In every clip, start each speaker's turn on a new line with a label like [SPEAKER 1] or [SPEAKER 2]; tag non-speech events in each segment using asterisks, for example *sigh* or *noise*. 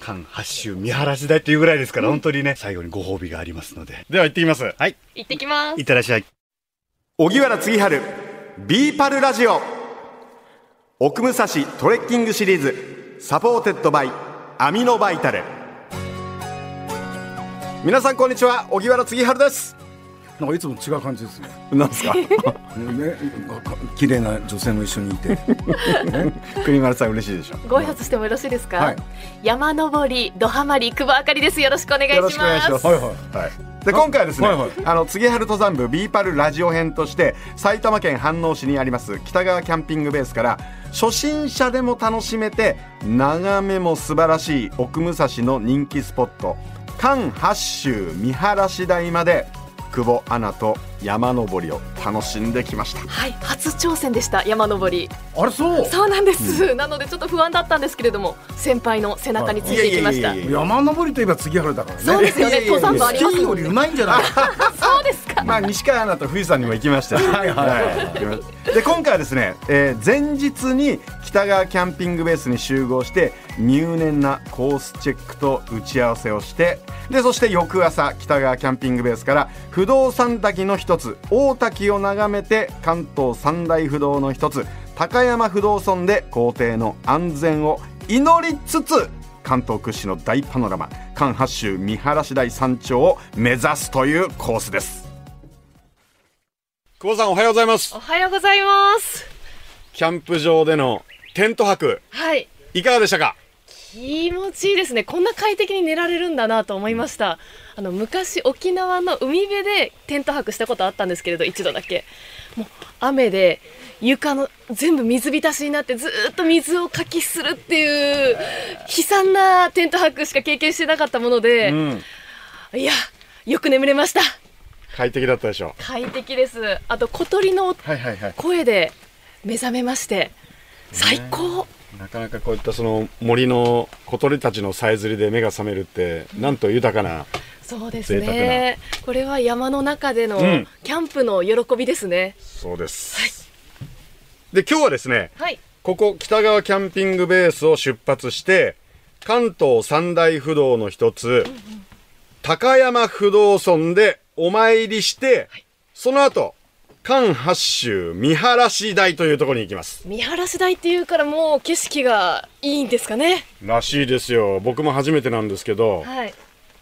[SPEAKER 1] 間8周見晴らし台っていうぐらいですから、本当にね、最後にご褒美がありますので。では行ってきます。はい。
[SPEAKER 2] 行ってきます
[SPEAKER 1] いってらっしゃい。
[SPEAKER 3] 小木原次春ビーパルラジオ奥武蔵トレッキングシリーズサポーテッドバイアミノバイタル皆さんこんにちは小木原次春です
[SPEAKER 4] なんかいつも違う感じですね。
[SPEAKER 3] なんですか
[SPEAKER 4] ね、なんか綺麗な女性も一緒に
[SPEAKER 3] *laughs*
[SPEAKER 4] いて。
[SPEAKER 3] 国丸さん嬉しいでしょ
[SPEAKER 2] ご挨拶してもよろしいですか、
[SPEAKER 4] はい
[SPEAKER 2] 山登りどハマり久保あかりですよろしくお願いし
[SPEAKER 3] よ
[SPEAKER 2] ま
[SPEAKER 3] ろし
[SPEAKER 2] す
[SPEAKER 3] くお願いします。
[SPEAKER 4] はい
[SPEAKER 3] は。
[SPEAKER 4] はい
[SPEAKER 3] で今回はですね、
[SPEAKER 4] はいはい
[SPEAKER 3] あの次春登山部ビーパルラジオ編として埼玉県飯能市にあります北川キャンピングベースから初心者でも楽しめて眺めも素晴らしい奥武蔵の人気スポット関八州見晴らし台まで久保アナと山登りを楽しんできました。
[SPEAKER 2] はい初挑戦でした山登り
[SPEAKER 4] あれそう。
[SPEAKER 2] そうなんです、なのでちょっと不安だったんですけれども先輩の背中についていきました
[SPEAKER 3] いやいやいやいや
[SPEAKER 4] 山登りといえば杉原だからね。
[SPEAKER 2] そうですよね
[SPEAKER 3] いやいやいや
[SPEAKER 2] 登山部あり
[SPEAKER 4] スキ
[SPEAKER 2] ます
[SPEAKER 4] ー
[SPEAKER 2] も
[SPEAKER 4] よ
[SPEAKER 2] ん
[SPEAKER 4] り
[SPEAKER 2] ね
[SPEAKER 4] うまいんじゃない。
[SPEAKER 2] そうですか
[SPEAKER 3] まあ西川アナと富士山にも行きましたし。はいはい。で今回はですね、えー前日に北川キャンピングベースに集合して入念なコースチェックと打ち合わせをして、でそして翌朝北川キャンピングベースから不動産滝の一つ大滝を眺めて関東三大不動の一つ高山不動尊で校庭の安全を祈りつつ関東屈指の大パノラマ関八州見晴らし台山頂を目指すというコースです。
[SPEAKER 1] 久保さんおはようございます。
[SPEAKER 2] おはようございます
[SPEAKER 1] キャンプ場でのテント泊、
[SPEAKER 2] はい
[SPEAKER 1] いかがでしたか
[SPEAKER 2] 気持ちいいですねこんな快適に寝られるんだなと思いましたあの昔沖縄の海辺でテント泊したことあったんですけれど一度だけもう雨で床の全部水浸しになってずーっと水をかきするっていう悲惨なテント泊しか経験してなかったもので、いやよく眠れました
[SPEAKER 1] 快適だったでしょ
[SPEAKER 2] 快適ですあと小鳥の
[SPEAKER 1] はいはいはい。
[SPEAKER 2] 声で目覚めまして最高
[SPEAKER 1] なかなかこういったその森の小鳥たちのさえずりで目が覚めるって、なんと豊かな。
[SPEAKER 2] そうです
[SPEAKER 1] 贅
[SPEAKER 2] ね。これは山の中での
[SPEAKER 1] ん
[SPEAKER 2] キャンプの喜びですね。
[SPEAKER 1] そうです。で、今日はですね、
[SPEAKER 2] はい。
[SPEAKER 1] ここ北川キャンピングベースを出発して関東三大不動の一つ、高山不動尊でお参りして、その後関八州見晴らし台というところに行きます
[SPEAKER 2] 見晴らし台っていうからもう景色がいいんですかね。
[SPEAKER 1] らしいですよ僕も初めてなんですけど、
[SPEAKER 2] はい。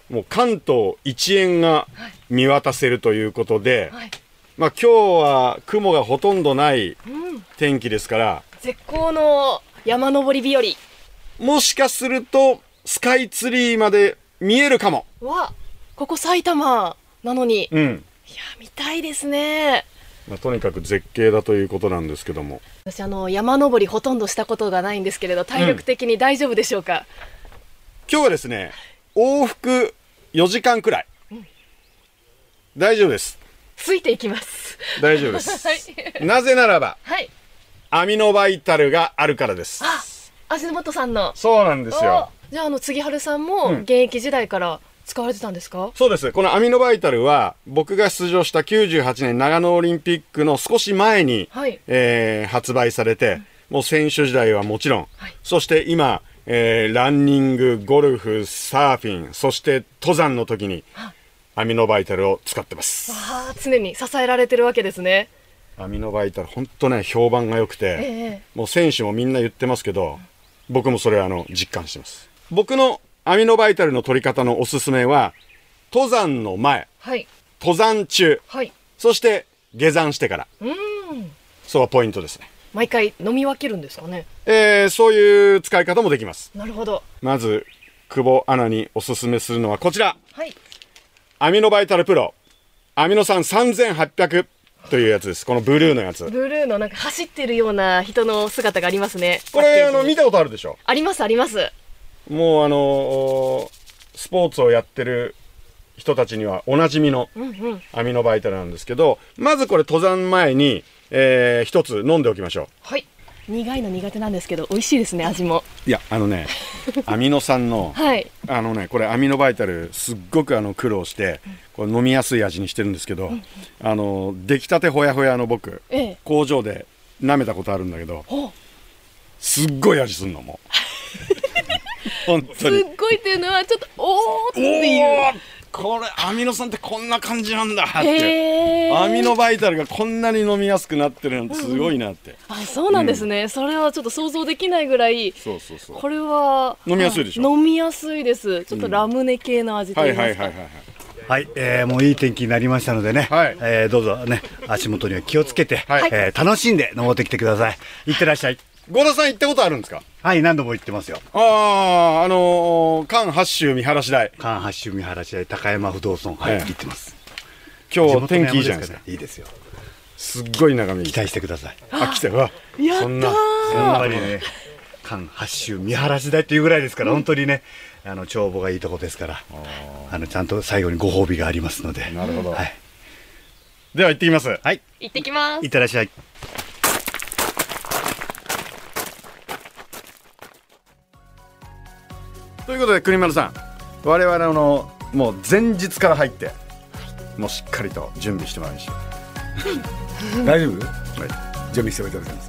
[SPEAKER 1] もう関東一円が見渡せるということで、
[SPEAKER 2] はい。
[SPEAKER 1] まあ今日は雲がほとんどない
[SPEAKER 2] うん。
[SPEAKER 1] 天気ですから
[SPEAKER 2] 絶好の山登り日
[SPEAKER 1] もしかするとスカイツリーまで見えるかも、
[SPEAKER 2] 和は、ここ埼玉なのに。いや、
[SPEAKER 1] うん、
[SPEAKER 2] 見たいですね。
[SPEAKER 1] まあ、とにかく絶景だということなんですけども
[SPEAKER 2] 私あの山登りほとんどしたことがないんですけれど体力的に大丈夫でしょうか、
[SPEAKER 1] 今日はですね往復4時間くらい、大丈夫です
[SPEAKER 2] ついていきます
[SPEAKER 1] 大丈夫です、
[SPEAKER 2] はい *laughs*
[SPEAKER 1] なぜならば
[SPEAKER 2] はい
[SPEAKER 1] アミノバイタルがあるからです
[SPEAKER 2] あ足元さんの
[SPEAKER 1] そうなんですよ
[SPEAKER 2] おじゃああの杉春さんも現役時代から使われてたんですか、
[SPEAKER 1] そうですこのアミノバイタルは僕が出場した98年長野オリンピックの少し前に、
[SPEAKER 2] はい
[SPEAKER 1] えー発売されて、もう選手時代はもちろん、
[SPEAKER 2] はい
[SPEAKER 1] そして今、えーランニングゴルフサーフィンそして登山の時にアミノバイタルを使ってます
[SPEAKER 2] ああ常に支えられてるわけですね
[SPEAKER 1] アミノバイタル本当ね評判が良くて、
[SPEAKER 2] ええ
[SPEAKER 1] もう選手もみんな言ってますけど僕もそれはあの実感してます僕のアミノバイタルの取り方のおすすめは登山の前
[SPEAKER 2] はい
[SPEAKER 1] 登山中
[SPEAKER 2] はい
[SPEAKER 1] そして下山してからそうはポイントですね、
[SPEAKER 2] 毎回飲み分けるんですかね
[SPEAKER 1] えーそういう使い方もできます
[SPEAKER 2] なるほど
[SPEAKER 1] まず久保アナにおすすめするのはこちら
[SPEAKER 2] はい
[SPEAKER 1] アミノバイタルプロアミノ酸3800というやつですこのブルーのやつ
[SPEAKER 2] ブルーのなんか走ってるような人の姿がありますね
[SPEAKER 1] これ
[SPEAKER 2] パッ
[SPEAKER 1] あ
[SPEAKER 2] ケー
[SPEAKER 1] の
[SPEAKER 2] ジに
[SPEAKER 1] 見たことあるでしょ
[SPEAKER 2] ありますあります
[SPEAKER 1] もうあのおスポーツをやってる人たちにはおなじみのアミノバイタルなんですけど、まずこれ登山前に、えー一つ飲んでおきましょう。
[SPEAKER 2] はい苦いの苦手なんですけど美味しいですね味も
[SPEAKER 1] いや、あの
[SPEAKER 2] *laughs*
[SPEAKER 1] ね、アミノ酸の、
[SPEAKER 2] はい
[SPEAKER 1] あのね、これアミノバイタルすっごくあの苦労して、これ飲みやすい味にしてるんですけど、あの、出来たてほやほやの僕、
[SPEAKER 2] ええ
[SPEAKER 1] 工場で舐めたことあるんだけど
[SPEAKER 2] ほう、
[SPEAKER 1] すっごい味すんのもう。
[SPEAKER 2] *laughs*
[SPEAKER 1] 本
[SPEAKER 2] す
[SPEAKER 1] 当
[SPEAKER 2] っ
[SPEAKER 1] に
[SPEAKER 2] ごいっていうのはちょっとおーって
[SPEAKER 1] お
[SPEAKER 2] いう
[SPEAKER 1] おこれアミノ酸ってこんな感じなんだって、
[SPEAKER 2] へー
[SPEAKER 1] アミノバイタルがこんなに飲みやすくなってるなんてすごいなって、
[SPEAKER 2] あそうなんですね、それはちょっと想像できないぐらい
[SPEAKER 1] そうそうそう
[SPEAKER 2] これは
[SPEAKER 1] 飲みやすいでしょ
[SPEAKER 2] 飲みやすいですちょっとラムネ系の味と
[SPEAKER 1] はいい
[SPEAKER 2] いま
[SPEAKER 1] は
[SPEAKER 2] すか、
[SPEAKER 1] いはいはいはい
[SPEAKER 5] はい、えーもういい天気になりましたのでね、
[SPEAKER 1] はい
[SPEAKER 5] えーどうぞね、足元には気をつけて、
[SPEAKER 1] はい
[SPEAKER 5] えー楽しんで登ってきてください。いってらっしゃい。
[SPEAKER 1] 郷田さん行ったことあるんですか
[SPEAKER 5] はい、何度も言ってますよ。
[SPEAKER 1] あああのー、関八州見晴らし台
[SPEAKER 5] 関八州見晴らし台高山不動尊、はい、
[SPEAKER 1] ええ
[SPEAKER 5] 行ってます。
[SPEAKER 1] 今日
[SPEAKER 5] 地元の
[SPEAKER 1] 天
[SPEAKER 5] 山
[SPEAKER 1] 気いいじゃないですか
[SPEAKER 5] らいいですよ。
[SPEAKER 1] すっごい眺めいい
[SPEAKER 5] 期待してください。
[SPEAKER 1] あ来たうわ
[SPEAKER 2] やった
[SPEAKER 1] そんな
[SPEAKER 5] やっぱりね、関八州見晴らし台っていうぐらいですから、本当にね、あの帳簿がいいとこですから、あのちゃんと最後にご褒美がありますので。
[SPEAKER 1] なるほど
[SPEAKER 5] はい。
[SPEAKER 1] では行ってきます
[SPEAKER 5] はい、
[SPEAKER 2] 行ってきます
[SPEAKER 5] いってらっしゃい。
[SPEAKER 1] ということで国丸さん我々のもう前日から入ってもうしっかりと準備してもらいました
[SPEAKER 4] 大丈夫準備しておいてくださいま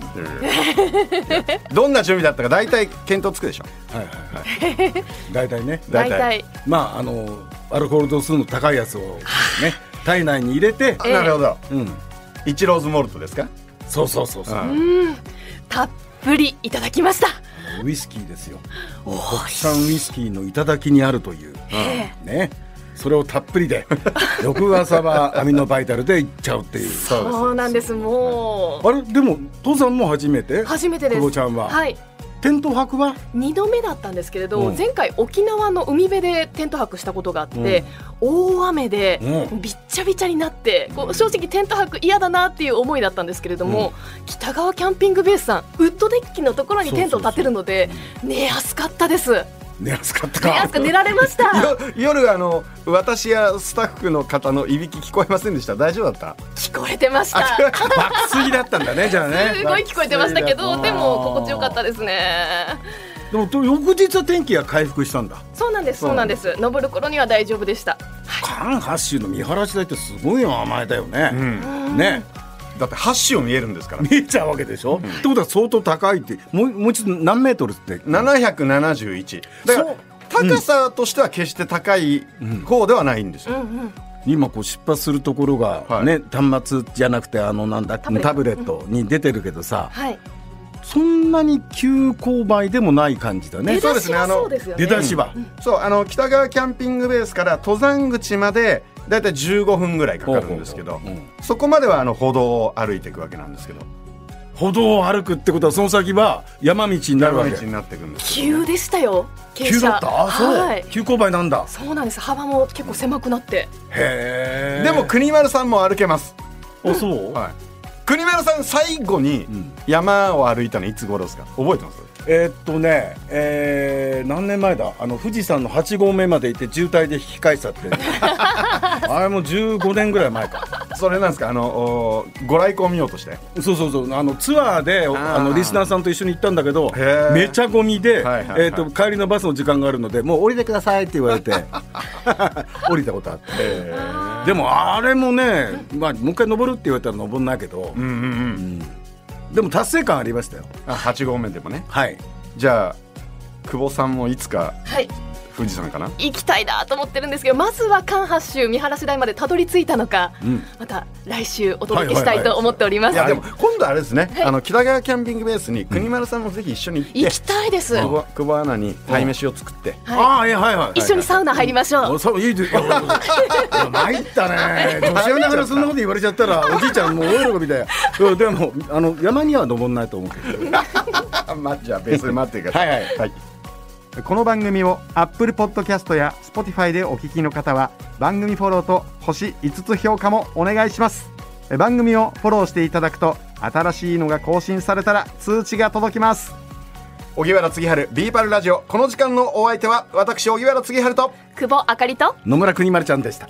[SPEAKER 4] すね
[SPEAKER 1] どんな準備だったか大体見当つくでしょ
[SPEAKER 4] はいはいはい大体ね
[SPEAKER 2] 大体
[SPEAKER 4] まああのアルコール度数の高いやつをね体内に入れて
[SPEAKER 1] なるほど
[SPEAKER 4] うん
[SPEAKER 1] イチローズモルトですか
[SPEAKER 4] そうそうそうそう
[SPEAKER 2] たっぷりいただきました
[SPEAKER 4] ウイスキーですよもう国産ウイスキーの頂にあるというねそれをたっぷりで翌朝はアミノバイタルでいっちゃうっていう
[SPEAKER 2] そうなんですもう
[SPEAKER 4] あれでも父さんも初めて
[SPEAKER 2] 初めてです
[SPEAKER 4] 久保ちゃんは、
[SPEAKER 2] はい
[SPEAKER 4] テント泊は
[SPEAKER 2] 2度目だったんですけれど、
[SPEAKER 4] うん
[SPEAKER 2] 前回沖縄の海辺でテント泊したことがあって、大雨で
[SPEAKER 4] う
[SPEAKER 2] びっちゃびちゃになって、こう正直テント泊嫌だなっていう思いだったんですけれども、北川キャンピングベースさんウッドデッキのところにテントを建てるので寝やすかったです寝
[SPEAKER 4] 寝やすかった
[SPEAKER 2] やすく寝られま *laughs* した
[SPEAKER 4] *laughs*
[SPEAKER 1] 夜あの私やスタッフの方のいびき聞こえませんでした大丈夫だっ
[SPEAKER 2] 聞こえてました
[SPEAKER 4] 爆睡だったんだねじゃあね
[SPEAKER 2] *laughs* すごい聞こえてましたけどでも心地よかった
[SPEAKER 4] で
[SPEAKER 2] ですね
[SPEAKER 4] でもと翌日は天気が回復したんだ
[SPEAKER 2] そうなんですそうなんです登る頃には大丈夫でした
[SPEAKER 4] 関八州の見晴らし台ってすごい名前だよね、ね
[SPEAKER 1] ただってハッシュを見えるんですから
[SPEAKER 4] 見えちゃうわけでしょ、ってことは相当高いってもうもう一度何メートルって
[SPEAKER 1] 771だから高さとしては決して高い方ではないんですよ、
[SPEAKER 4] 今こう出発するところがね、端末じゃなくてあのなんだ
[SPEAKER 2] タブレット
[SPEAKER 4] タブレットに出てるけどさ、
[SPEAKER 2] はい
[SPEAKER 4] そんなに急勾配でもない感じだね
[SPEAKER 2] 出
[SPEAKER 1] そう
[SPEAKER 2] だ
[SPEAKER 1] です
[SPEAKER 2] し
[SPEAKER 1] ねあ
[SPEAKER 2] は
[SPEAKER 1] の
[SPEAKER 2] そうですよね
[SPEAKER 4] 出だしは、
[SPEAKER 1] そうあの北川キャンピングベースから登山口までだいたい15分ぐらいかかるんですけど、
[SPEAKER 4] ほうほうほううん
[SPEAKER 1] そこまではあの歩道を歩いていくわけなんですけど
[SPEAKER 4] 歩道を歩くってことはその先は山道になるわ
[SPEAKER 1] 山
[SPEAKER 4] け
[SPEAKER 1] 道になっていくんですけどね、
[SPEAKER 2] 急でしたよ傾斜
[SPEAKER 4] 急だったあそう、
[SPEAKER 2] はい
[SPEAKER 4] 急勾配なんだ
[SPEAKER 2] そうなんです幅も結構狭くなって
[SPEAKER 4] へえ
[SPEAKER 1] でも国丸さんも歩けます、
[SPEAKER 4] あそう、
[SPEAKER 1] はい、国丸さん最後に山を歩いたのいつ頃ですか覚えてます
[SPEAKER 4] えーっとね、えー何年前だあの富士山の8合目まで行って渋滞で引き返したってあれも15年ぐらい前か
[SPEAKER 1] それなんですかあのおご来光見ようとして
[SPEAKER 4] そうそうそうあのツアーで
[SPEAKER 1] ー
[SPEAKER 4] あのリスナーさんと一緒に行ったんだけど
[SPEAKER 1] へー
[SPEAKER 4] めちゃゴミで、
[SPEAKER 1] はいはいはい
[SPEAKER 4] えーっと帰りのバスの時間があるのでもう降りてくださいって言わ
[SPEAKER 1] *laughs*
[SPEAKER 4] れて降りたことあってでもあれもね、まあ、もう一回登るって言われたら登んないけど、
[SPEAKER 1] うんうんうん
[SPEAKER 4] でも達成感ありましたよ
[SPEAKER 1] あ8合目でもね
[SPEAKER 4] はい
[SPEAKER 1] じゃあ久保さんもいつか
[SPEAKER 2] はい
[SPEAKER 1] 富士山かな
[SPEAKER 2] 行きたいなと思ってるんですけどまずは関八州見晴らし台までたどり着いたのか、また来週お届けしたいと思っております、
[SPEAKER 1] いやでも今度あれですね、あの北川キャンピングベースに国丸さんもぜひ一緒に行って、
[SPEAKER 2] 行きたいです、
[SPEAKER 1] 久保久保アナに鯛飯を作って、
[SPEAKER 4] ああいやはいはいはい
[SPEAKER 2] 一緒にサウナ入りましょう、
[SPEAKER 4] あそういいですよ。 *laughs* いや参った
[SPEAKER 1] *laughs*
[SPEAKER 4] ね。年上ながらそんなこと言われちゃったら、おじいちゃんもう大喜びだよ。うんでも、あの山には登んないと思うけど。
[SPEAKER 1] あま、じゃあベースで待ってください
[SPEAKER 4] はい
[SPEAKER 1] はい、はい
[SPEAKER 6] この番組を Apple Podcast や Spotify でお聞きの方は番組フォローと星5つ評価もお願いしますえ番組をフォローしていただくと新しいのが更新されたら通知が届きます
[SPEAKER 1] 荻原次春ビーパルラジオこの時間のお相手は私荻原次春と
[SPEAKER 2] 久保あかりと
[SPEAKER 4] 野村国丸ちゃんでした。